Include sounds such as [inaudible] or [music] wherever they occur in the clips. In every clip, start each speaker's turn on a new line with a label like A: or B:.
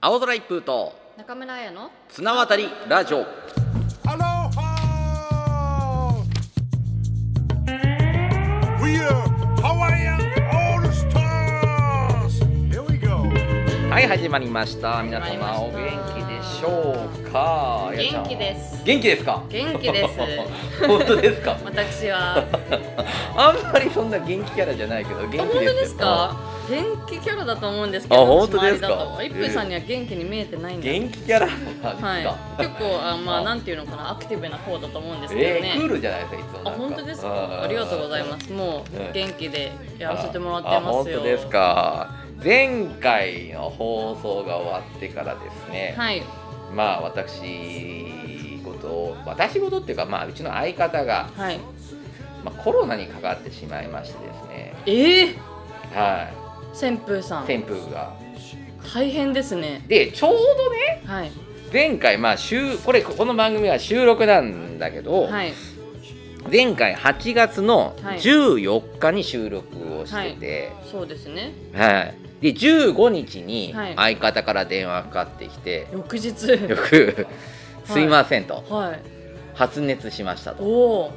A: 青空一風と
B: 中村彩の
A: 綱渡りラジオ
C: Aloha! We are Hawaiian All Stars! Here we go.
A: はい始まりました皆
B: 始まり
A: 様
B: ました
A: お元気でしょうかあやちゃんは
B: 元気です
A: 元気ですか
B: 元
A: [laughs]
B: 気です
A: 本当ですか [laughs]
B: 私は
A: あんまりそんな元気キャラじゃないけど元気
B: あ
A: です
B: 本当ですか元気キャラだと思うんですけ
A: あ
B: ど
A: 本当ですか
B: 私周りだと一風さんには元気に見えてないんで、
A: 元気キャラなんですか、
B: はい、結構あま
A: あ
B: あなんていうのかなアクティブな方だと思うんですけど
A: え
B: ね
A: ー、クールじゃないですかいつもなんか
B: あ本当ですかありがとうございますも
A: ね
B: う元気でやらせてもらって
A: あ
B: ま
A: 本
B: すよ
A: 当ですか前回の放送が終わってからですね、
B: はい
A: まあ私事私事っていうかまあうちの相方が、
B: はい
A: まあ、コロナにかかってしまいましてですね
B: ええ
A: は
B: 旋風さ
A: い
B: ん
A: 旋風が
B: 大変ですね
A: でちょうどね
B: はい
A: 前回まあ収これこの番組は収録なんだけど、
B: はい
A: 前回8月の
B: はい
A: 14日に収録をしてて、
B: そうですね
A: はいで15日に
B: はい
A: 相方から電話かかってきて、
B: 翌日
A: よく「すいません」と
B: はい
A: 「発熱しました」と。
B: おお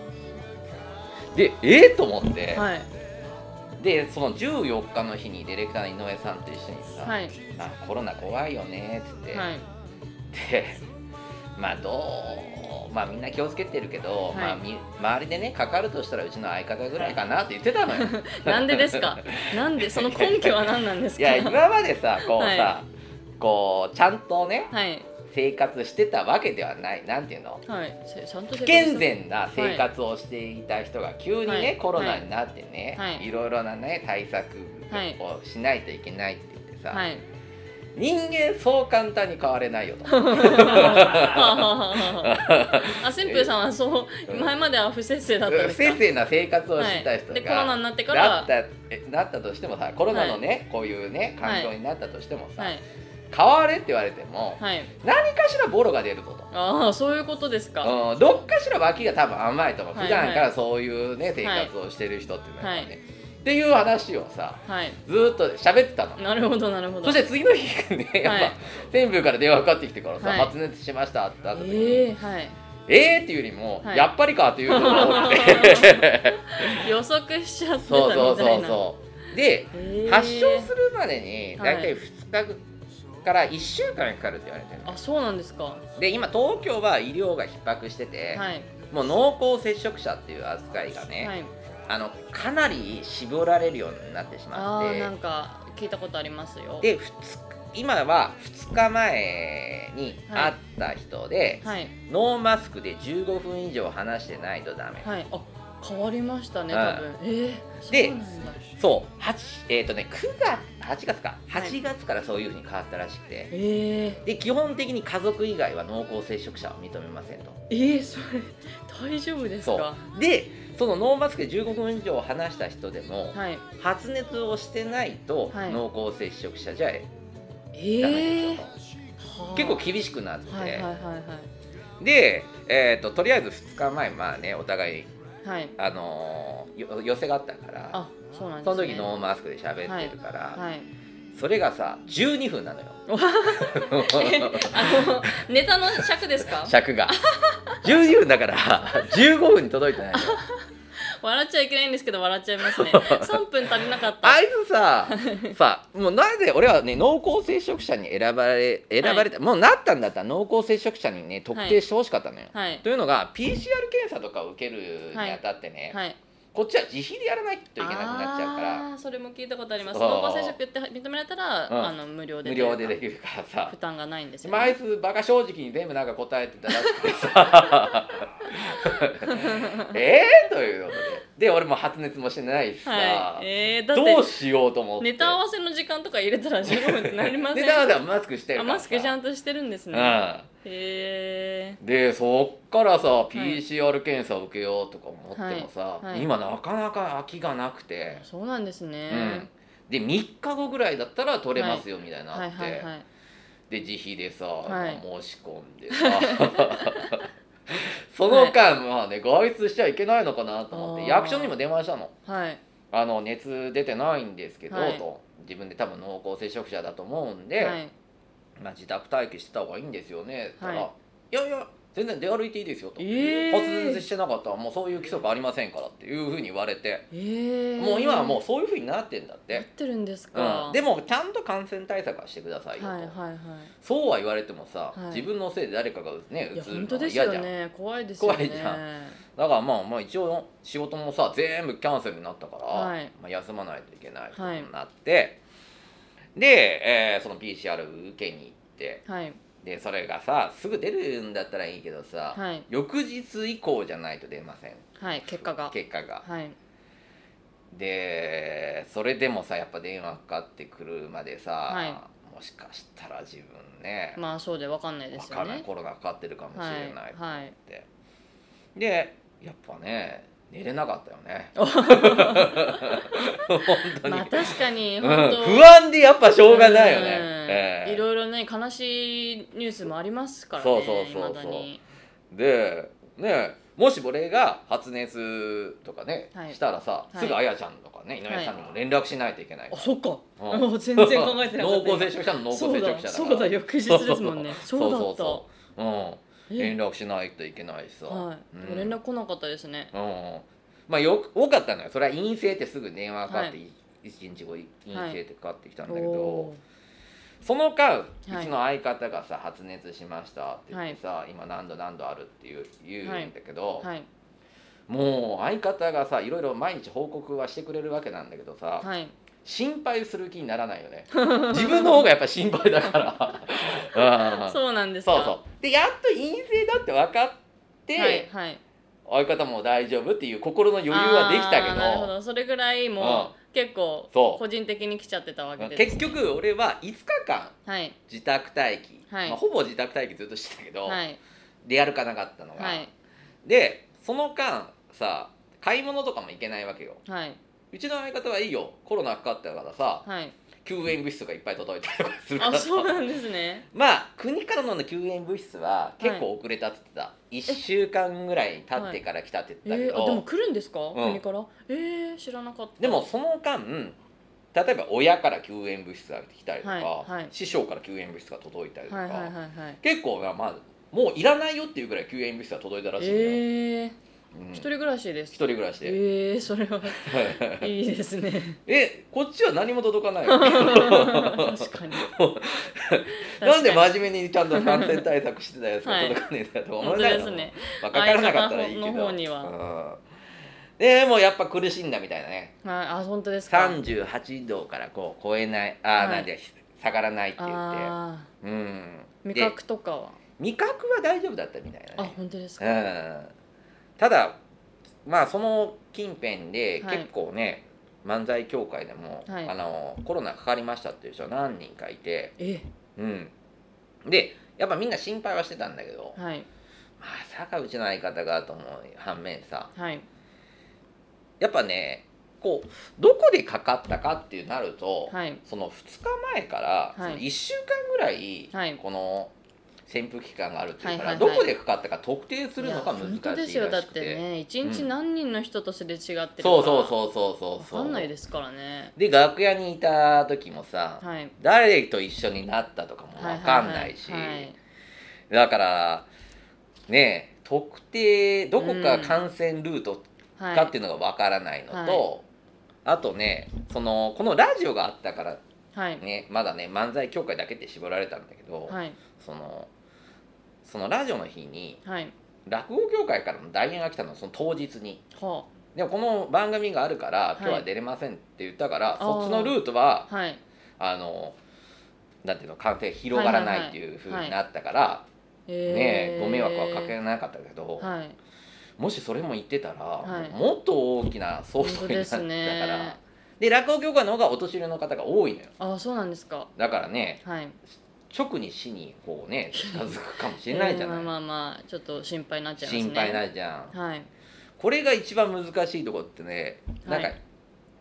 A: でえっ、と思って、
B: はい
A: でその14日の日にディレクターの井上さんと一緒にさ「
B: はい
A: まあ、コロナ怖いよね」っつって、
B: はい
A: でまあどうまあみんな気をつけてるけど、
B: はい
A: まあ、み周りでねかかるとしたらうちの相方ぐらいかなって言ってたの
B: [laughs]
A: よ。
B: なんでですかなんでその根拠は何なんです
A: い
B: か
A: や今までさこうさ、
B: は
A: こうちゃんとね
B: はい
A: 生活してたわけではないなんていうの
B: はいせちゃんと
A: 不
B: 説明
A: 健全な生活をしていた人が急にね、
B: はい
A: コロナになってね、
B: はい
A: い、ろいろなね対策
B: はい
A: をしないといけないって言ってさ、
B: はい
A: 人間そう簡単に変われない
B: [laughs]
A: よと
B: あ旋風さんはそう前までは不摂生だったん
A: 不
B: ですか
A: 摂生な生活をしてた人が、
B: はいでコロナになってから
A: なったえなったとしてもさコロナのね、こういうね環境になったとしてもさ、
B: はい
A: 変われって言われても、
B: はい
A: 何かしらボロが出るぞと。
B: ああそういうことですか
A: うん、どっかしら脇が多分甘いと思う、
B: はい
A: 普段からそういうね生活をしてる人っていうのはね、
B: はい
A: っていう話をさ
B: はい
A: ずーっと喋ってたの
B: なるほどなるほ
A: そ
B: ど
A: して次の日ねやっ
B: はい
A: ぱ天風から電話かかってきてからさ、
B: はい
A: 発熱しましたってなった時に
B: ええはい
A: えーっていうよりも、
B: はい
A: やっぱりかっていうのが多く
B: [laughs]
A: て
B: 予測しちゃってたみ
A: そう
B: たいな
A: そうそうそうで
B: へえ
A: 発症するまでに
B: はい
A: 大体2日から1週間かかるって言われてるの
B: あそうなんですかは
A: で今東京は医療が逼迫してて、
B: いはい
A: もう濃厚接触者っていう扱いがね、あのかなり絞られるようになってし
B: あ
A: まっ
B: あ
A: て
B: なんか聞いたことありますよ
A: で二日今は2日前に会った人で、
B: はい
A: ノーマスクで15分以上話してないとダメ、
B: はいあ変わりましたね多
A: はい
B: 分ええ
A: で
B: そうなんだ
A: そう8えっ、とね9月8月か
B: はい
A: 8月からそういうふうに変わったらしくて、
B: ええ
A: で基本的に家族以外は濃厚接触者は認めませんと
B: えー、それ [laughs] 大丈夫です
A: そ
B: か
A: うでそのノーマスクで15分以上話した人でも、
B: はい
A: 発熱をしてないと
B: はい
A: 濃厚接触者じゃダメ
B: え
A: で
B: ー
A: すよ、
B: は
A: と
B: あ
A: 結構厳しくなって、
B: はいはいはいは
A: で、えー、ととりあえず2日前まあねお互い、
B: いはい
A: あのーよ寄せがあったから
B: あそうなんで
A: そ
B: す
A: の
B: ね
A: 時ノーマスクで喋ってるから、 [laughs]
B: はい
A: それがさ12分
B: [laughs]
A: なのよ
B: あのネタの尺ですか
A: 尺が12分だから15分に届いてないのよ
B: 笑っちゃいけないんですけど笑っちゃい
A: [laughs]
B: ますね三分足りなかった
A: あいつ
B: [laughs]
A: ささもうなぜ俺はね濃厚接触者に選ばれ選ばれた、もうなったんだったら濃厚接触者にね特定してほしかったのよ、
B: はい
A: というのが PCR 検査とかを受けるにあたってね、
B: はい
A: こっちは自費でやらないといけなくなっちゃうから
B: あーそれも聞いたことあります
A: そう
B: 濃厚接触って認められたら、
A: うん
B: あの無料で
A: 無料でで
B: で
A: きるからさ
B: 負担がないんですよ、
A: まああいつバカ正直に全部なんか答えてたらしくて
B: [laughs]
A: さええということでで俺も発熱もしてないしさ、
B: はいえー、だ
A: どう
B: って
A: しようと思って
B: ネタ合わせの時間とか入れたら15分ってなりません
A: [laughs] ネタ合わせはマスクしてる
B: あ
A: から
B: マ
A: さ
B: スクちゃんとしてるんですね、
A: うん
B: へえ
A: でそっからさ PCR 検査を受けようとか思ってもさ、
B: はいはい
A: 今なかなか空きがなくて、
B: そうなんです
A: うん
B: ね、、
A: で3日後ぐらいだったら取れますよみたいにな
B: はい
A: って、
B: はいはい
A: で自費でさ、
B: はい
A: 申し込んでさ
B: [laughs]
A: その間、まあね外出しちゃいけないのかなと思っ
B: あ
A: て
B: ー
A: 役所にも電話したの
B: はい
A: あの熱出てないんですけど、
B: はい
A: と自分で多分濃厚接触者だと思うんで、
B: はい
A: まあ、自宅待機してた方がいいんですよね」って言ったら「、
B: はい
A: やいや全然出歩いていいですよ」と「
B: えー
A: 発熱してなかったらもうそういう規則ありませんから」っていうふうに言われて、
B: ええ
A: もう今はも
B: う
A: うそういうふうになってんだっ、
B: やっててるんです
A: う
B: か
A: ん、で
B: も
A: もちゃんと感染対策はしてくださいよと、
B: はいはいは
A: そうは言われてもさ、
B: はい
A: 自分のせいで誰かがね
B: いいうや
A: つる
B: 本
A: の
B: 当
A: は
B: です
A: 嫌
B: よ
A: じゃん、
B: ね怖いですよね
A: 怖いじゃんだからまあまあ一応仕事もさ全部キャンセルになったから、
B: はい
A: まあ、休まないといけないこと
B: はい
A: になって、で、えーその PCR 受けに行って
B: はい
A: でそれがさすぐ出るんだったらいいけどさ、
B: はい
A: 翌日以降じゃないと出ません
B: はい結果が
A: 結果が
B: はい
A: でそれでもさやっぱ電話かかってくるまでさ、
B: はい
A: もしかしたら自分ね、
B: まあそうでわかんないで
A: わ
B: す
A: か
B: よ
A: んない
B: ね
A: コロナかかってるかもしれない、
B: はいはい
A: ってでやっぱね寝れなかったよね [laughs] 本当に、
B: まあ確かに
A: う
B: 本
A: ん
B: 当、
A: 不安でやっぱしょうがないよね、
B: うん
A: ええ
B: いろいろね悲しいニュースもありますからね
A: そうそうそうそう
B: 未だに
A: でねもし俺が発熱とかね、
B: はい
A: したらさ
B: はい
A: すぐあやちゃんとかね井上さんにも連絡しないといけないか
B: あ
A: ら、
B: そっか、
A: うん
B: もう全然考えてなかった
A: [laughs] 濃厚接触者の濃厚接触者だから
B: そうだそうだ翌日ですもんねそうだった
A: そうそううん
B: え
A: 連絡しないといけないしさ、
B: はい、
A: うん
B: でも連絡来なかったですね
A: うんまあよく多かったのよそれは陰性ってすぐ電話かかって、一1日後陰性ってかかってきたんだけど、
B: お
A: その間うち
B: はい
A: の相方がさ発熱しましたって言ってさ、今何度何度あるっていう言うんだけど、
B: ーはい
A: もう相方がさいろいろ毎日報告はしてくれるわけなんだけどさ、
B: はい
A: 心配する気にならないよ
B: [laughs]
A: ね自分の方がやっぱ心配だ
B: [laughs]
A: から、うんそう
B: そうなんですか
A: そうでやっと陰性だって分かって、
B: はいはい
A: 相方も大丈夫っていう心の余裕はできたけ
B: あ
A: ど
B: ーなるほどそれぐらいもう結構
A: そう
B: 個人的に来ちゃってたわけで
A: 結
B: す
A: 局俺は5日間
B: はい
A: 自宅待機、
B: はい
A: まあ、ほぼ自宅待機ずっとしてたけど、
B: はい
A: でやるかなかったのが、
B: はい
A: でその間さ買い物とかも行けないわけよ
B: はいう
A: ちの相方はいいよコロナかかったからさ
B: はい
A: [laughs] 救援物質がいっぱい届いたりとかするから
B: あ
A: さ
B: そうなんですね
A: まあ国からの救援物質は結構遅れたって言ってた、1週間ぐらい経ってから来たって
B: え
A: 言ってたけど、
B: ー、あでも来るんですか、
A: ん
B: 国からえー、知らなかった
A: でもその間例えば親から救援物質が来たりとか、
B: はいはい
A: 師匠から救援物質が届いたりとか、
B: はいはいはいはい
A: 結構まあ、まあ、もういらないよっていうぐらい救援物質が届いたらしいのよ、
B: えー、
A: うん
B: 一
A: 一
B: 人暮らしです
A: 人暮らしで、
B: えー、それはいいですね
A: [laughs] えこっちは何も届かない
B: [laughs]
A: よ [laughs]
B: 確かに
A: なんで
B: マジ
A: 真面目にちゃんと感染対策してたやつが届かねえんだと思
B: 本
A: い
B: 当
A: なが
B: で
A: らも、
B: すね
A: まあ、かからなかったらいいけど
B: 相方の方に
A: うんでもうやっぱ苦しいんだみたいなね
B: ああ本当ですか
A: 38度からこう超えないあー、
B: はい
A: なんで下がらないって言って
B: あ
A: うん
B: ー味
A: で
B: 覚とかは
A: 味覚は大丈夫だったみたいな
B: あ
A: ね
B: 本当ですか、
A: うんただまあその近辺で
B: はい
A: 結構ね、漫才協会でも、
B: はい
A: あのコロナかかりましたっていう人何人かいて、
B: え
A: うん、でやっぱみんな心配はしてたんだけど、
B: はい
A: まさかうちの相方がと思う反面さ
B: はい
A: やっぱねこうどこでかかったかっていうなると、
B: はい
A: その2日前から、そ
B: い
A: の1週間ぐらい、
B: はい
A: この潜伏期間があるっていうから、
B: はいはいはい
A: どこでかかったか特定するのが難しい
B: いや本当
A: ら
B: で
A: し
B: すよだっ
A: く
B: て
A: て。
B: ね一日何人の人とすれ違ってるから、
A: そうそうそうそうそうそう
B: 分かんないですからね
A: で楽屋にいた時もさ、
B: はい
A: 誰と一緒になったとかも
B: はい
A: 分かんないし、
B: はいはい
A: だからね特定どこか感染ルート
B: はい
A: かっていうのが分からないのと、
B: はい
A: あとねそのこのラジオがあったから
B: はい
A: ねまだね漫才協会だけって絞られたんだけど、
B: はい
A: そのそのラジオの日に
B: はい
A: 落語協会からの代言が来たのその当日に。
B: は
A: でもこの番組があるから
B: い
A: 今日は出れませんって言ったから、
B: ー
A: そっちのルートは
B: あはい
A: あのなんていうの感染広がらないっていうふうになったから、ね
B: え
A: え
B: ー
A: ご迷惑はかけなかったけど、
B: はい
A: もしそれも言ってたら、
B: はい
A: もっと大きな騒動になったか
B: 本当です
A: ら
B: ね。
A: で落語協会の方がお年寄りの方が多いのよ
B: あそうなんですか
A: だからね
B: はい
A: 直に死にこうね近づくかもしれない
B: [laughs]
A: じゃない、
B: えーまあまあまあちょっと心配になっちゃいますね
A: 心配ないじゃん、
B: はい
A: これが一番難しいところってねなんか、
B: はい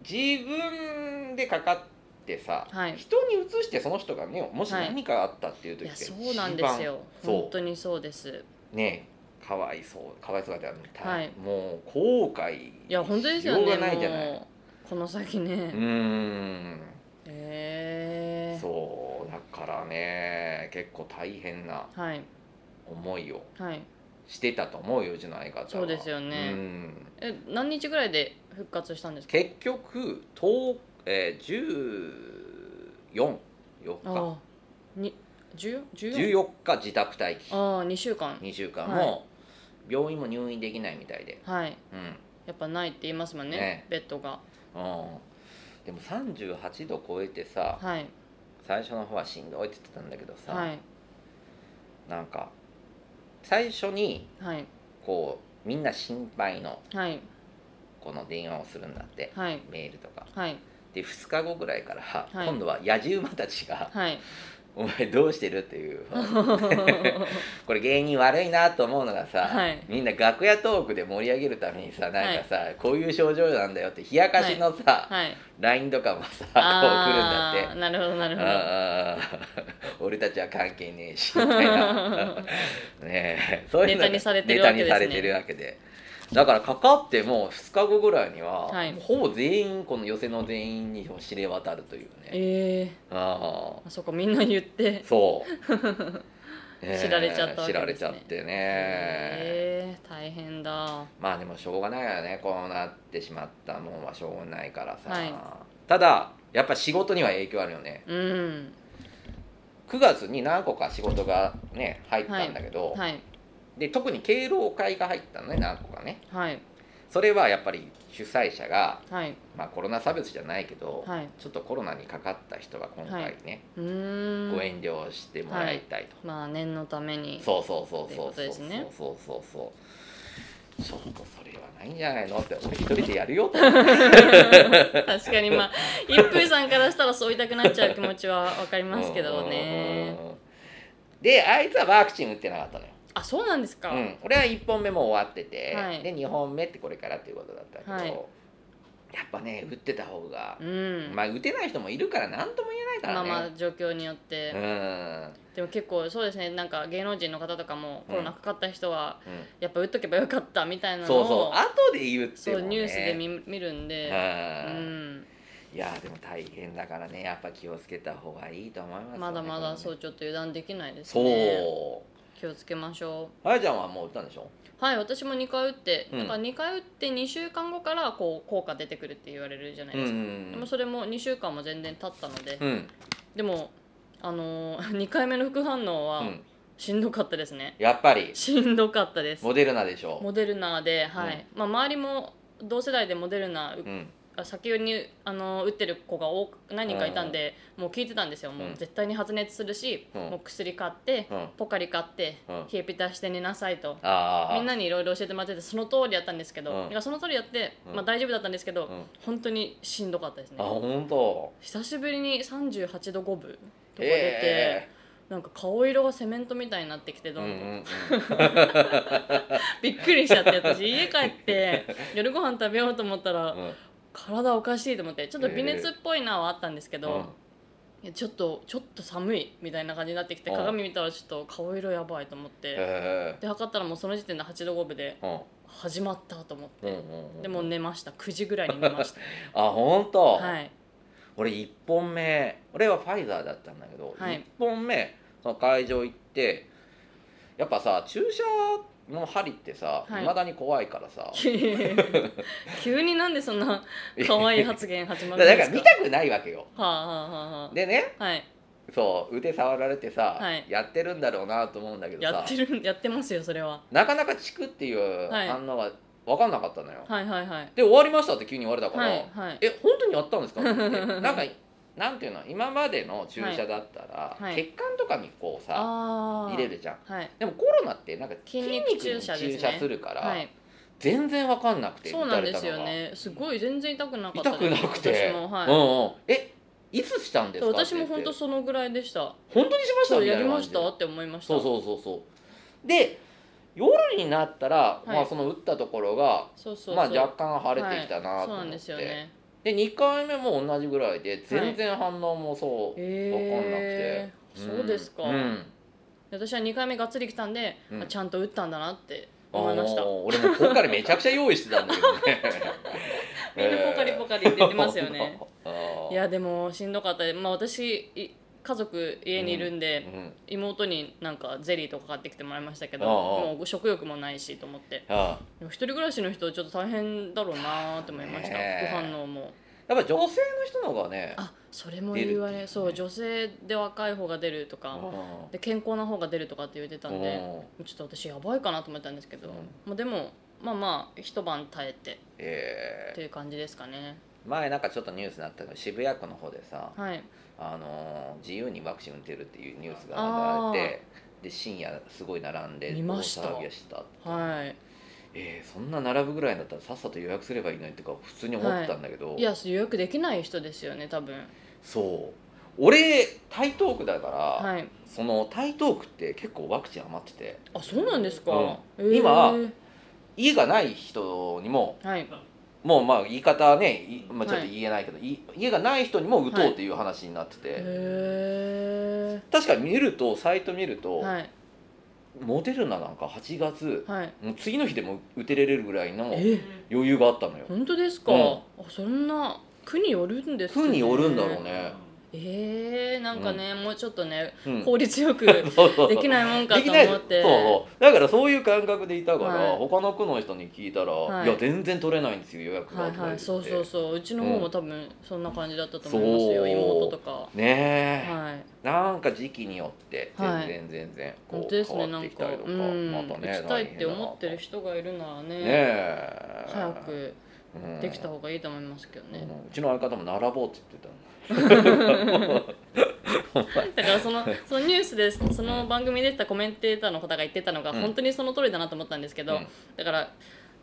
A: 自分でかかってさ、
B: はい
A: 人に移してその人がねもし何かあったっていう
B: い
A: 時っ
B: や
A: て、
B: そうなんですよ
A: 一番
B: 本
A: そ
B: 当にそうです
A: うねえかわいそうかわいそうだってあの
B: はい
A: もう後悔
B: いや本当ですよね
A: しうがないじゃない
B: もうこの先
A: う
B: ね
A: ーん
B: えー、
A: そうだからね結構大変な
B: はい
A: 思いを
B: はい
A: してたと思うようちの相方は
B: そうですよね
A: うん
B: え何日ぐらいで復活したんですか
A: 結局10、えー、14
B: あ
A: 日
B: あに14 14
A: 14日自宅待機
B: ああ2週間
A: 2週間も病院も入院できないみたいで、
B: はい
A: うん
B: やっぱないって言いますもんね
A: ね
B: ベッドが
A: うんでも38度超えてさ
B: はい
A: 最初の方はしんどいって言ってたんだけどさ、
B: はい
A: なんか最初に
B: はい
A: こうみんな心配の
B: はい
A: この電話をするんだって、
B: はい
A: メールとか
B: はい
A: で2日後ぐらいから、
B: い
A: 今度は野じ馬たちが
B: はい
A: 「 [laughs] お前どうしてる?」って
B: [laughs]
A: いうこれ芸人悪いなと思うのがさ、
B: はい
A: みんな楽屋トークで盛り上げるためにさなんかさ、こういう症状なんだよって冷やかしのさ、
B: はい
A: LINE とかもさこう来るんだ
B: あ
A: って
B: あ。なるほどなるほど
A: あー [laughs] 俺たちは関係ねえしみたいな [laughs] ねえそういうのが
B: ネタにされてるわけで
A: ネタ
B: すね
A: にされてるわけでだからかかってもう2日後ぐらいには、
B: はい
A: ほぼ全員この寄せの全員に知れ渡るというね
B: ええ
A: あ
B: あそこみんな言って
A: ーそう
B: [laughs]
A: ねえ
B: 知られちゃったわけですね
A: 知られちゃってね、
B: ええ大変だ
A: まあでもしょうがないよねこうなってしまったもんはしょうがないからさ、
B: はい
A: ただやっぱ仕事には影響あるよね
B: うん
A: 9月に何個か仕事がね入ったんだけど、
B: はい
A: で特に敬老会が入ったのね何個かね
B: はい
A: それはやっぱり主催者が、
B: はい
A: まあ、コロナ差別じゃないけど、
B: はい
A: ちょっとコロナにかかった人は今回ね、
B: うーん
A: ご遠慮してもらいたいと、
B: まあ念のために
A: そうそうそうそ
B: というこ
A: う
B: と
A: そう
B: です
A: そう
B: ね
A: そうそうそうちょっとそれはないんじゃないのって俺一人でやるよと思って
B: 確かにまあ
A: [laughs]
B: 一風さんからしたらそう言いたくなっちゃう気持ちはわかりますけどね
A: うんうんうんであいつはワクチン打ってなかったのよ、
B: あそうなんですか、
A: うん、俺は1本目も終わってて、
B: はい
A: で2本目ってこれからっていうことだったけど、
B: はい
A: やっぱね打ってた方が
B: うん
A: まあ打てない人もいるから何とも言えないか
B: ま
A: ら
B: あ
A: ね。
B: まあ状況によって、でも結構そうですねなんか芸能人の方とかもコロナかかった人は
A: うん、うん
B: やっぱ打っとけばよかったみたいなの
A: そ
B: を
A: うそう後で言うって
B: そ
A: も、
B: う
A: ね、
B: ニュースで見見るん
A: う
B: で、うんん、
A: いやでも大変だからねやっぱ気をつけた方がいいと思いますよね
B: まだまだそう
A: う
B: ちょっと油断できないです
A: そう、
B: ね気をつけましょう
A: あやちゃんはもう打ったんでしょ
B: はい私も2回打って、
A: うん
B: なんか2回打って2週間後からこう効果出てくるって言われるじゃない
A: うん
B: で
A: う
B: すか、
A: ん
B: でもそれも2週間も全然経ったので、
A: うんうん
B: でもあのー、2回目 [laughs] の副反応は
A: うん
B: しんどかったですね、
A: やっぱり
B: しんどかったです
A: モデルナでしょ
B: モデルナで、はいまあ、周りも同世代でモデルナ、う
A: うん
B: あ先にあの打ってる子が多く何人かいたんで、もう聞いてたんですよもう
A: うん
B: 絶対に発熱するし、
A: うん
B: もう薬買って、
A: うん
B: ポカリ買って、
A: うん
B: 冷えピタして寝なさいと。
A: ああ
B: みんなにいろいろ教えてもらっててその通りやったんですけど、
A: うん
B: だからその通りやって、
A: うん
B: まあ、大丈夫だったんですけど、
A: うん
B: 本当にしんどかったですね
A: あ本当
B: 久しぶりに38度5分とか出て、
A: え
B: なんか顔色がセメントみたいになってきて
A: えう
B: どん
A: んう
B: どん、
A: ん
B: びっくりしちゃって私家帰って夜ご飯食べようと思ったら、
A: うんうん
B: 体おかしいと思ってちょっと微熱っぽいなはあったんですけ [laughs] ど、
A: うん
B: いやちょっとちょっと寒いみたいな感じになってきて
A: うん
B: 鏡見たらちょっと顔色やばいと思って、
A: え
B: で測ったらもうその時点で8度5分で
A: え
B: 始まったと思っ
A: うんう
B: て、
A: んうん
B: でも寝ました9時ぐらいに寝ました
A: あ本当
B: はい [laughs]
A: 俺1本目俺はファイザーだったんだけど、
B: はい
A: 1本目その会場行ってやっぱさ注射の針ってさい
B: はい
A: まだに怖いからさ
B: [laughs] 急になんでそんな可愛い発言始
A: [laughs]
B: ま
A: だ
B: る
A: か
B: ん
A: ら
B: で
A: なん
B: す
A: か
B: か
A: 見たくないわけよ
B: はあはあはあは
A: でね
B: あはい
A: そう腕触られてさ、
B: はい
A: やってるんだろうなと思うんだけど
B: や
A: さ
B: ってるやってますよそれは
A: なかなかチクっていう
B: はい
A: 反応が分かんなかったのよ、
B: はいはいはい
A: で終わりましたって急に言われたから、
B: はいはい
A: え本当にやったんです
B: [laughs]
A: かって言ってなんかなんていうの今までの注射だったら、
B: はいはい
A: 血管とかにこうさ
B: ああ
A: 入れるじゃん
B: はい
A: でもコロナってなんか筋
B: 筋
A: 肉
B: 肉
A: に注
B: 注
A: 射
B: 射ですね
A: するから、
B: はい
A: 全然わかんなくて
B: そうなんで
A: 打た
B: す
A: れた
B: よ
A: のが
B: ねすごい全然痛くなかった
A: 痛く
B: です
A: なくて
B: 私もはい、
A: うんうん、えいつしたんですかって
B: 私も本当
A: 言って
B: そのぐらいでした
A: 本当にしました
B: そう
A: みた
B: や
A: いな
B: り
A: 感
B: ま
A: じ
B: し
A: で
B: たって思いました
A: そうそうそうそうで夜になったら、
B: い
A: まあ、その打ったところが
B: そうそうそう
A: まあ、若干腫れてきたなと思って、
B: はい、そうなんですよね
A: で2回目も同じぐらいで全然反応もそう、
B: へえ
A: わかんなくて、ん
B: そうですか、
A: うん
B: 私は2回目がっつり来たんで、
A: うん
B: あちゃんと打ったんだなって
A: あ
B: 思いました
A: ー俺も今回めちゃくちゃ用意して
B: [laughs]
A: たんだけどね [laughs]
B: みんなポカリポカリって言ってますよね
A: あー
B: いやでもしんどかったまあ私い家族家にいるんで、
A: うん
B: 妹になんかゼリーとか買ってきてもらいましたけど
A: ああ
B: もう食欲もないしと思って
A: ああ
B: でも一人暮らしの人ちょっと大変だろうなーと思いました
A: ねえ
B: 副反応も
A: やっぱ女性の人の方がね
B: あそれも言われそう女性で若い方が出るとか
A: うん
B: で健康な方が出るとかって言ってたんでちょっと私やばいかなと思ったんですけど、
A: うん
B: まあ、でもまあまあ一晩耐えて
A: え
B: っていう感じですかね
A: ー前なんかちょっとニュースになったけど渋谷区の方でさ、
B: はい
A: あのー自由にワクチン打てるっていうニュースが流れてで深夜すごい並んで
B: 見ました
A: 大騒ぎをした
B: は
A: えーそんな並ぶぐらいだったらさっさと予約すればいいのにとか普通に思ってたんだけど、
B: いいや予約できない人ですよね多分
A: そう俺台東区だから、
B: はい
A: その台東区って結構ワクチン余ってて
B: あそうなんですか、
A: う
B: えー
A: 今家がない人にも
B: はい
A: もうまあ言い方はね、いまあ、ちょっ
B: は
A: と
B: い
A: 言えないけど、い家がない人にも打とうっていう話になってて、
B: へ
A: 確かに見るとサイト見ると、
B: ーはい
A: モデルナなんか8月、
B: はい
A: もう次の日でも打てれるぐらいの
B: え
A: 余裕があったのよ
B: 本当ですか、
A: うん
B: あそんな区によるんですね
A: 区によるんだろうね、
B: えー、なんかね、もうちょっとね
A: うん
B: 効率よく
A: [laughs] そうそう
B: できないもんか
A: でき
B: と
A: ない
B: 思って
A: そうそうだからそういう感覚でいたから、
B: はい
A: 他の区の人に聞いたら、
B: はい
A: い、や全然取れないんですよ予約が
B: はい
A: とか言
B: は
A: っ
B: い
A: て
B: そうそうそううちの方
A: う
B: も
A: ん
B: 多分そんな感じだったと思います
A: そ
B: よ、
A: う
B: 妹とか
A: ねえ、
B: はい
A: なんか時期によって全然、
B: はい
A: 全然
B: 本
A: こ
B: 当
A: う
B: ですね
A: 変
B: な
A: わって
B: ん
A: き
B: か
A: たりと
B: う
A: か
B: ん
A: またね
B: 打ちたいって
A: 大変だな
B: 思ってる人がいるならね
A: ねえ
B: 早く
A: うん
B: できた方がいいと思いますけどね、
A: うんうちの相方も並ぼうって言ってたの
B: だからそのそのニュースでその番組に出てたコメンテーターの方が言ってたのが
A: うん
B: 本当にその通りだなと思ったんですけ
A: う
B: ど、
A: ん
B: だから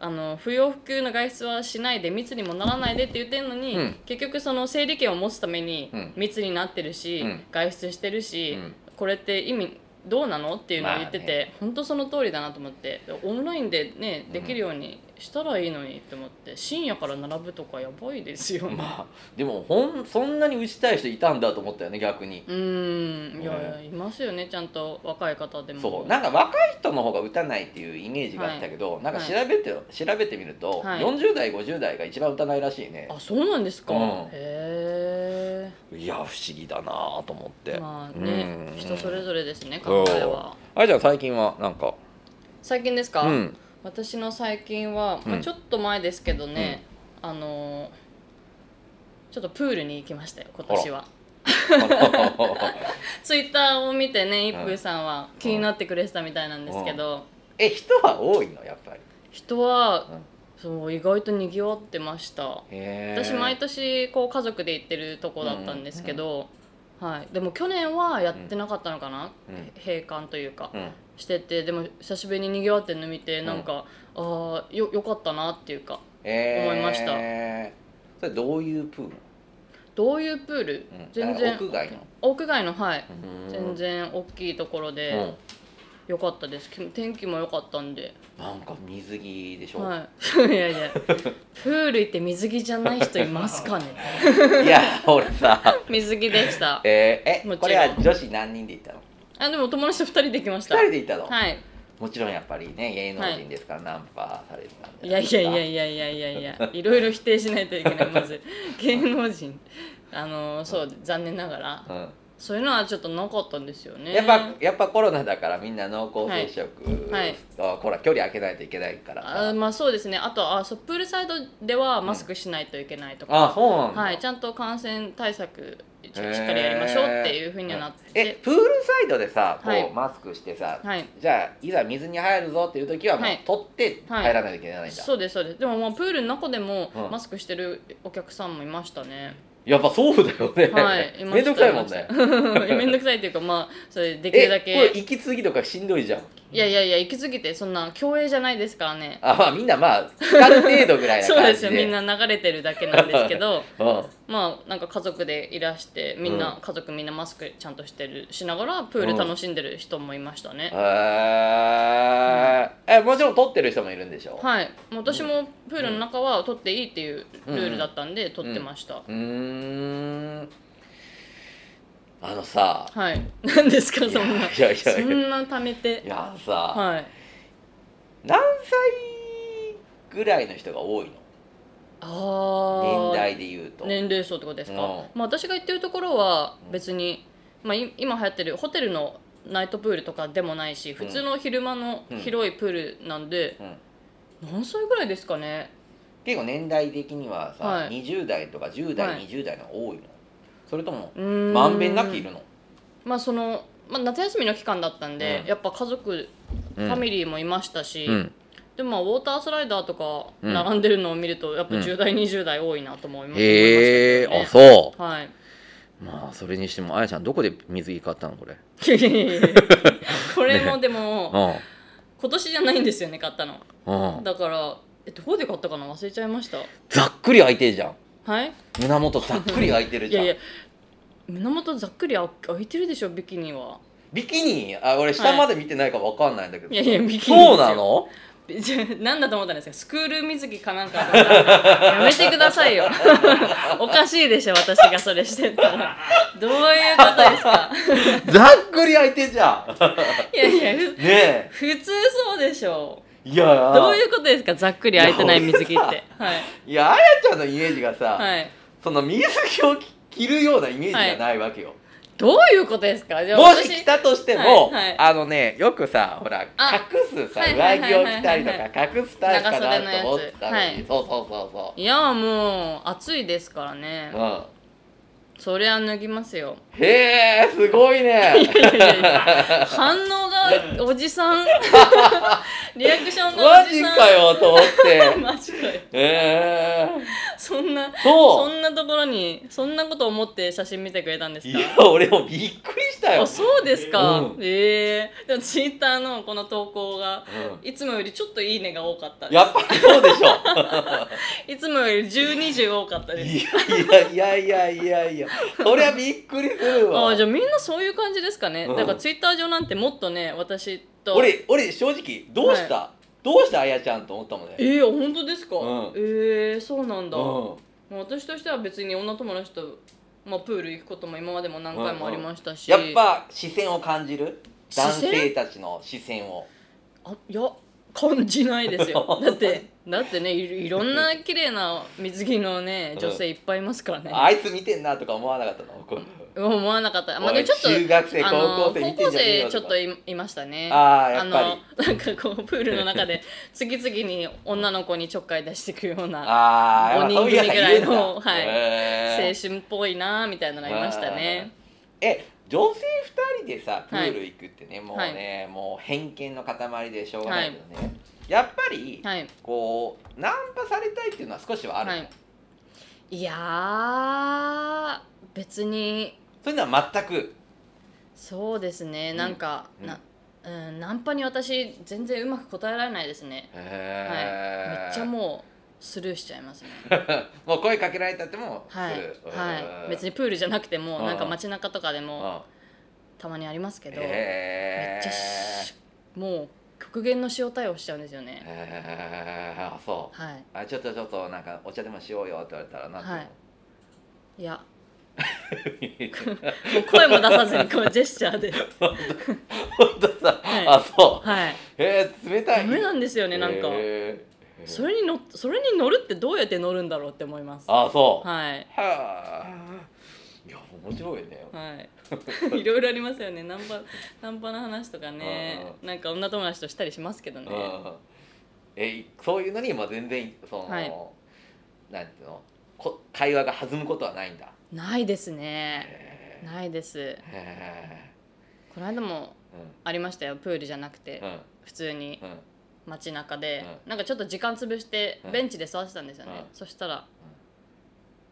B: あの不要不急の外出はしないで密にもならないでって言ってるのに、
A: うん
B: 結局その整理券を持つために
A: うん
B: 密になってるし、
A: うん
B: 外出してるし、
A: うん
B: これって意味どうなのっていうのを言ってて、
A: まあ
B: 本当その通りだなと思ってオンラインでねできるようにしたらいいのにって思って深夜から並ぶとかやばいですよ。
A: まあでもほんそんなに打ちたい人いたんだと思ったよね逆に
B: うーんいやいやいますよねちゃんと若い方でも
A: そうなんか若い人の方が打たないっていうイメージがあったけど、なんか調べて、調べてみると、
B: はい
A: 40代50代が一番打たないらしいね
B: あそうなんですか、
A: うん
B: へ
A: いや不思議だなぁと思って、
B: えまあね
A: うん
B: 人それぞれですね
A: そ
B: 考
A: う
B: えは
A: あれじゃあ最近はなんか
B: 最近ですか、 [laughs]
A: うん
B: 私の最近は、ま
A: う
B: あ、
A: ん
B: ちょっと前ですけどね、あのーちょっとプールに行きましたよ今年はツイッターを見てね一風さんは気になってくれてたみたいなんですけど、
A: え人は多いのやっぱり
B: 人は、
A: うん
B: そう意外とにぎわってました
A: へー
B: 私毎年こう家族で行ってるとこだったんですけど、はい、でも去年はやってなかったのかな、
A: うん
B: 閉館というか、
A: うん
B: しててでも久しぶりににぎわってるの見てなんか、ああよよかったなっていうか
A: えー
B: 思いました
A: それどういうプール、
B: どういうプール、
A: うん
B: 全
A: あ
B: 然
A: 屋外の
B: 屋外のはい、
A: うん
B: 全然大きいところ
A: う
B: で
A: ん
B: 良かったですき天気も良かったんで、
A: なんか水着でしょ、
B: はいいや [laughs] いやプール行って水着じゃない人いま
A: [laughs]
B: すかね
A: い、や俺さ
B: 水着でした
A: えー
B: も
A: え
B: ちろん
A: これは女子何人で行ったの
B: あでも友達と2人で行きました
A: 2人で行ったの、
B: はい
A: もちろんやっぱりね芸能人ですから、ナンパされてたんじ
B: い
A: ゃないで
B: やい
A: すか
B: やいやいやいやいやいやいろいろ否定しないといけないま
A: [laughs]
B: ず芸能人あのそう残念ながらそういうのはちょっとなかったんですよ
A: う
B: ね
A: ん、やっぱやっぱコロナだからみんな濃厚接触、
B: はい
A: あほら距離空けないといけないから
B: あ
A: さ
B: まあそうですねあとあそうプールサイドではマスクしないといけないとか、
A: あそうなんだ、
B: はい、ちゃんと感染対策ししっかりやりましょうっていうふうにはなっ
A: えーえ
B: て、
A: プールサイドでさこう、
B: はい
A: マスクしてさ、
B: はい
A: じゃあいざ水に入るぞっていう時はもう、
B: はい
A: 取って入らないといけないんだ、
B: そうですそうですでもまあプールの中でも
A: うん
B: マスクしてるお客さんもいましたね、
A: やっぱそうだよね、
B: はいいま
A: めんどくさいもんね
B: ねめんどく [laughs] さいっていうかまあそれでき
A: え
B: るだけ
A: これ行き過ぎとかしんどいじゃん
B: いやいやいや行き過ぎてそんな競泳じゃないですからね
A: あまあみんなまあ浸かる程度ぐらいな感じで
B: [laughs] そうですよみんな流れてるだけなんですけど [laughs]
A: うん
B: まあなんか家族でいらしてみんな、
A: うん
B: 家族みんなマスクちゃんとしてるしながらプール楽しんでる人もいましたね、
A: へーえもちろん撮ってる人もいるんでしょ、
B: はいもう私もプールの中は取っていいっていうルールだったんで取ってました、
A: うーんあのさ
B: はい何ですか
A: い
B: [laughs] そ
A: や
B: んない
A: やいや
B: そ
A: いや
B: んなためて
A: いやさ、
B: はい
A: 何歳ぐらいの人が多いの
B: あ
A: 年
B: あ
A: 代で言うと、
B: 年齢層ってことですか、
A: うん
B: まあ私が言ってるところは別にまあ、い今流行ってるホテルのナイトプールとかでもないし普通の昼間の
A: うん
B: 広いプールなんで、
A: うん
B: 何歳ぐらいですかね
A: 結構年代的にはさ、
B: はい
A: 20代とか10代、
B: はい
A: 20代の多いのそれとも
B: うーん
A: まんべんなくいるの、
B: まあその、まあ、夏休みの期間だったんで、
A: うん
B: やっぱ家族ファミリーもいましたし、
A: うん
B: でもまあウォータースライダーとか
A: うん
B: 並んでるのを見るとやっぱ
A: うん
B: 10代、20代多いなとも思いま思いました
A: へえ
B: けどね
A: あそ
B: はいう [laughs]
A: まあそれにしてもあやちゃんどこで水着買ったのこれ
B: いやいやいやいやこれもでも、
A: う
B: 今年じゃないんですよね買ったの
A: んうん
B: だからえどこで買ったかな忘れちゃいました
A: ざっくり開いてるじゃん
B: はい
A: 胸元ざっくり開いてる
B: い
A: じゃ
B: や
A: ん
B: いや胸元ざっくりあ開いてるでしょビキニは [laughs]
A: ビキニあ俺下まで見てないからわかんないんだけど、
B: いやいやビキニですよ
A: そうな
B: [laughs]
A: の
B: じゃあ何だと思ったんですかスクール水着かなんかだと思ったらやめてくださいよ [laughs] おかしいでしょ私がそれしてたらどういうことです
A: [laughs]
B: か
A: ざっくり開いてんじゃん
B: いやいやふ
A: ねえ
B: 普通そうでしょ
A: いや
B: どういうことですかざっくり開いてない水着って
A: いや
B: は
A: 俺
B: い
A: いやあやちゃんのイメージがさ、
B: はい
A: その水着を着るようなイメージがないわけよ、
B: どういうことですかじゃあ
A: もし
B: 私
A: 着たとしても、
B: はいはい
A: あのねよくさほら
B: あ
A: 隠すさ
B: はい
A: 上
B: はいはい
A: 着を着たり
B: はい
A: とか隠すタイプか
B: 長袖
A: な
B: のやつ
A: と思ったのに、
B: はい
A: そうそうそうそ
B: いやもう暑いですからね
A: う、うん、
B: そりゃ脱ぎますよ
A: へえすごいね
B: [laughs] いやいやいや反応がおじさんリアクションがお
A: マ
B: じ
A: ジ
B: さん
A: かよと思
B: [laughs]
A: って
B: マジかよ
A: ええ
B: そんなそ
A: そうん
B: なところにそんなこと思って写真見てくれたんです
A: い
B: か
A: や俺もびっくりしたよ
B: あそうですか、
A: うん
B: ええでもツイッターのこの投稿が
A: う
B: いつもよりちょっといいねが多かった
A: んやっぱりそうでしょ
B: いつもより1020多かったです
A: いやいやいやいやいやいやそりゃびっくりする
B: あ
A: わ
B: ーじゃあみんなそういう感じですかね、
A: うん
B: だからツイッター上なんてもっとね私と
A: 俺俺正直どうした、どうしたあやちゃんと思ったもんね
B: ええ本当ですか、
A: うん
B: ええそうなんだ、
A: うん
B: まあ私としては別に女友達と、まあ、プール行くことも今までも何回もありましたし、
A: やっぱ視線を感じる
B: 視線
A: 男性たちの視線を
B: あいや感じないです
A: [laughs]
B: よだってだってねいいろんな綺麗な水着のね女性いっぱいいますからね、
A: あいつ見てんなとか思わなかったのこう
B: 思わなかった、まあ、
A: お
B: で
A: い
B: もちょっと
A: 中学生
B: あの
A: 高校生見てんじゃねえよ
B: 高校生ちょっ
A: とか
B: といいましたね
A: あーやっぱり
B: あの [laughs] なんかこうプールの中で次々に女の子にちょっかい出していくような
A: ああ
B: 五人組ぐらいのはい青
A: い
B: 春っぽいなみたいなのがいましたね
A: え女性2人でさプール行くってね、もう
B: はい
A: ね、もう偏見の塊でしょうがないけどね、やっぱり、
B: はい
A: こうナンパされたいっていうのは少しはあるの、
B: はいいやー別に
A: そういうのは全く
B: そうですねなんか、
A: うん
B: なうん、ナンパに私全然うまく答えられないですね、はい、め
A: め
B: っちゃもうスルーしちゃいます
A: [laughs]
B: ね
A: うもう声かけられたってもする、
B: はい、はい、別にプールじゃなくても
A: うん
B: なんか街中とかでも
A: あ
B: たまにありますけど、め
A: えー、
B: っちゃしもう極限の塩対応しちゃうんですよね、
A: えー、あそう
B: はい
A: あちょっとちょっとなんかお茶でもしようよって言われたらなって、
B: はいいや [laughs]
A: [laughs]
B: もう声も出さずにこうジェスチャーで
A: ほんとさ、
B: はい
A: あそう
B: はい
A: えー、冷た
B: ダ
A: い
B: メなんですよねなんか、
A: えー
B: それに乗っそれに乗るってどうやって乗るんだろうって思いますは
A: あそう
B: い
A: はあいや面白いね
B: は
A: [laughs]
B: いいろいろありますよねナンパナンパの話とかね
A: う
B: なんか女友達としたりしますけどね
A: うんえそういうのにも全然その、
B: はい
A: なんていうのこ会話が弾むことはないんだ
B: ないですね
A: へ
B: ないです
A: ーへ
B: この間も
A: ー
B: ありましたよプールじゃなくて
A: うんうん
B: 普通に
A: うん
B: 街中でなんかちょっと時間潰してベンチで座ってたんですよね
A: うん
B: そしたら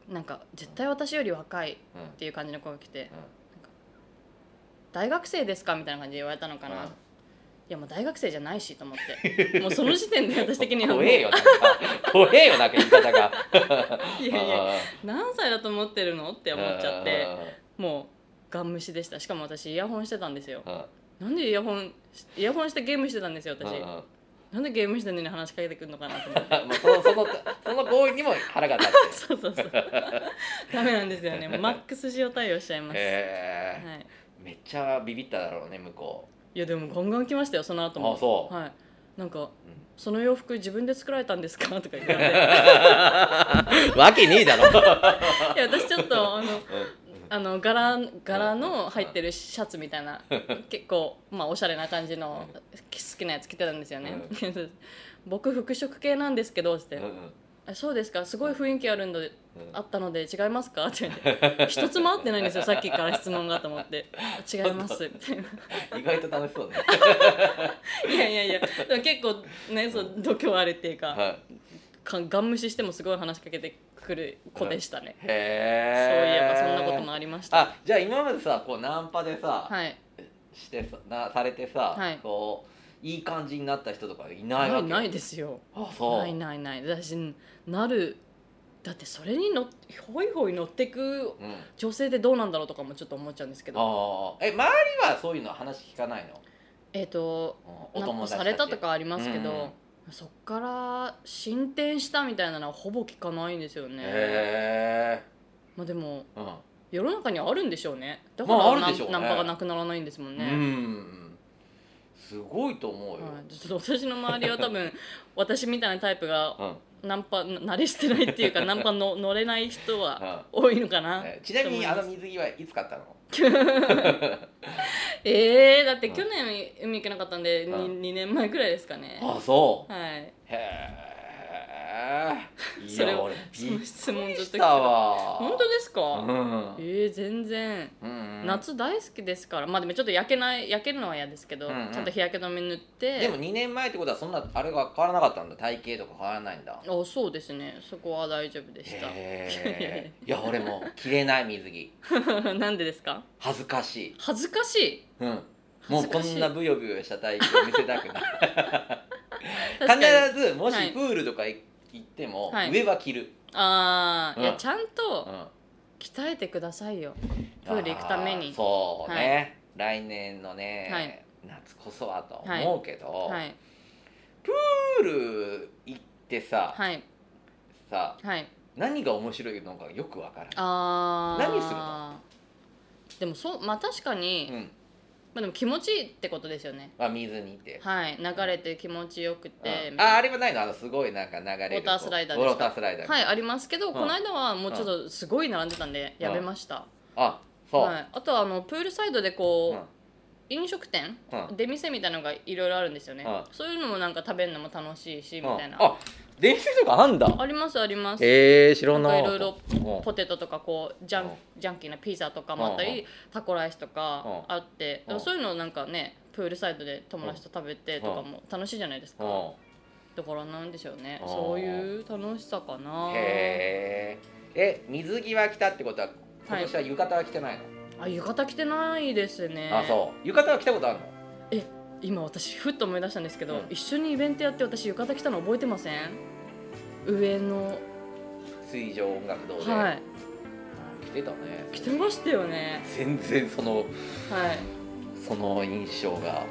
B: なんか絶対私より若いっ
A: うんうん
B: ていう感じの子が来て「大学生ですか?」みたいな感じで言われたのかな
A: うん
B: いやもう大学生じゃないしと思って [laughs] もうその時点で私的にはもう
A: 怖えよなんか怖えよなんか言い方が
B: いやいや何歳だと思ってるのって思っちゃってもうガン無視でしたしかも私イヤホンしてたんですよ
A: うんうん
B: なんでイヤホンイヤホンしてゲームしてたんですよ
A: うん
B: 私
A: うんま
B: なんでゲームしてんのに話しかけてくるのかなと思って
A: あそのそのその行為にも腹が立っ
B: そうそうそう
A: [laughs]
B: ダメなんですよねマックス塩対応しちゃい
A: て
B: ます、
A: へ [laughs] え
B: はい、
A: めっちゃビビっただろうね向こ
B: いやでもガンガン来ましたよその後も
A: あそう
B: はいなんか、
A: ん
B: その洋服自分で作られたんですか?」と
A: [laughs]
B: か言われて
A: うわけねえだろ
B: [laughs] いや私ちょっとあの
A: うん
B: あの柄柄の入ってるシャツみたいな結構、まあ、おしゃれな感じの
A: う
B: 好きなやつ着てたんですよね [laughs] 僕服飾系なんですけどって言って、あそうですかすごい雰囲気あるんで、あったので違いますかって言っ
A: [laughs]
B: て一つも合ってないんですよさっきから質問がと思ってあ違いますみたいな
A: 意外と楽しそうね。
B: いやいやいやでも結構ねそう度胸あるっていうか、
A: はい。
B: かガン無視してもすごい話しかけてくる子でしたね、
A: へえ。
B: そういえばそんなこともありました
A: あ、じゃあ今までさ、こうナンパでさ、
B: はい
A: してさ、なされてさ、
B: はい
A: こういい感じになった人とかいない
B: な
A: わ
B: い
A: け。
B: ないですよ
A: あ、そう。
B: ないないない私なるだってそれにのほいほい乗ってく
A: うん。
B: 女性ってどうなんだろうとかもちょっと思っちゃうんですけど
A: ああ。え、周りはそういうの話聞かないの？
B: えっ、と
A: うんお
B: なん
A: 友
B: か
A: 達
B: されたとかありますけど、
A: うん
B: そっから進展したみたいなのはほぼ聞かないんですよね
A: へ
B: まあでも
A: え。うん。
B: 世の中にはあるんでしょうねだから、
A: まあある
B: ナン
A: でしょうね
B: ナンパがなくならないんですもんね、
A: うん。すごいと思うよ。
B: はい、ちょっと私の周りは多
A: [laughs]
B: 分私みたいなタイプが
A: うん。
B: ナンパな慣れしてないっていうかナンパの乗れない
A: [laughs]
B: 人は多いのかな、
A: えちなみに
B: と思
A: あ
B: いま
A: の
B: す
A: 水着はいつ買ったの？
B: えー、だって去年海行けなかったんで、に
A: うん
B: 2年前くらいですかね
A: あ、そう。
B: はい
A: へえ。い
B: それ
A: や
B: を
A: 俺
B: その質問
A: びっく
B: ず
A: り
B: っ
A: し
B: と
A: たわ。
B: 本当ですか、
A: うん
B: えー、全然
A: うんうん。
B: 夏大好きですからまあでもちょっと焼けない焼けるのは嫌ですけど、
A: うんうん
B: ちゃんと日焼け止め塗って
A: でも2年前ってことはそんなあれが変わらなかったんだ体型とか変わらないんだ
B: あそうですねそこは大丈夫でした
A: へえいや俺もう着れない水着
B: [laughs] なんでですか
A: 恥ずかしい、
B: 恥ずかしい
A: うん、もうこん
B: 恥ずか
A: な
B: しい
A: ブヨブヨした体型を見せたくない
B: [laughs] 確かに
A: 必ずもし
B: はい
A: プールとか行っても、
B: はい
A: 上は着る、
B: ああ、いうや
A: ん
B: ちゃん
A: う
B: と
A: ん、
B: 鍛えてくださいよプール行くため
A: あ
B: に
A: ーそうね、来年の
B: は
A: ね
B: い、
A: 夏こそはとは思うけど、
B: はい
A: プール行ってさ、
B: はい
A: さ
B: はい
A: 何が面白いのかよくわからない
B: ああ
A: 何する
B: でもそうまあ確かに、
A: うん
B: まあ、でも気持ちいいってことですよね
A: まあ、水にって、
B: はい流れて気持ちよくて、
A: うんああれはないのあのすごいなんか流れる
B: ウォータースライダー
A: ウ
B: です
A: ォ
B: か
A: ータースライダー、
B: はいありますけど、
A: ん
B: この間はもうちょっとすごい並んでたんで、やめました、
A: あそう、
B: はい、あとはあのプールサイドでこう、
A: うん
B: 飲食店、
A: うん
B: 出店みたいなのがいろいろあるんですよね、
A: う
B: そういうのもなんか食べるのも楽しいし、みたいな
A: あ電子とかあんだ
B: ありますあります
A: えー、知ら
B: なんか
A: ない
B: いろいろ
A: うん
B: ポテトとかこうジャンジャンキーなピザとかもあった
A: うんう
B: りタコライスとか
A: うん
B: あってだからそういうのなんかねプールサイドで友達と食べてとかも楽しいじゃないですか
A: うん
B: だからなんでしょうね
A: うん
B: そういう楽しさかな
A: へええ水着は着たってことは今年は浴衣は着てないの、
B: あ浴衣着てないですね
A: あそう浴衣は着たことあるの
B: 今私ふっと思い出したんですけど、
A: うん
B: 一緒にイベントやって私浴衣着たの覚えてません上の
A: 水上音楽堂で、
B: はい
A: 着てたね
B: 着てましたよね
A: 全然その
B: はい
A: その印象
B: [laughs]
A: が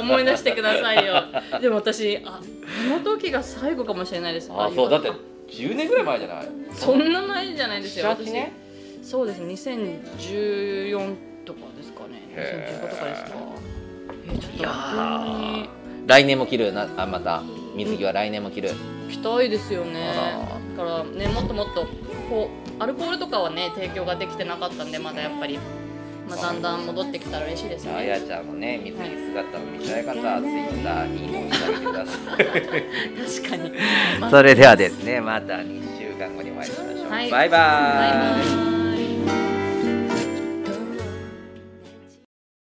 B: 思い出してくださいよ
A: [laughs]
B: でも私ああの時が最後かもしれないです
A: あそうだって10年ぐらい前じゃない
B: そんな前じゃないですよ
A: 78年
B: 私そうです2014とかですかね
A: へー
B: 2015とかですかえーちょっ
A: い
B: と
A: や
B: 本
A: ー来年も着るなあまた水着は来年も着る、
B: 当に着たいですよね
A: あ
B: だからねもっともっとこうアルコールとかはね提供ができてなかったんでまだやっぱり、まあ、だんだん戻ってきたら嬉しいです
A: らあや
B: ね
A: ちゃんのね水着姿を見たい方はツイッターにインしてあげてくださ
B: [laughs]
A: [laughs]
B: 確かに [laughs]
A: いそれではですねまた2週間後にお会いしましょう、
B: はい
A: バイバーイ
B: バイバイ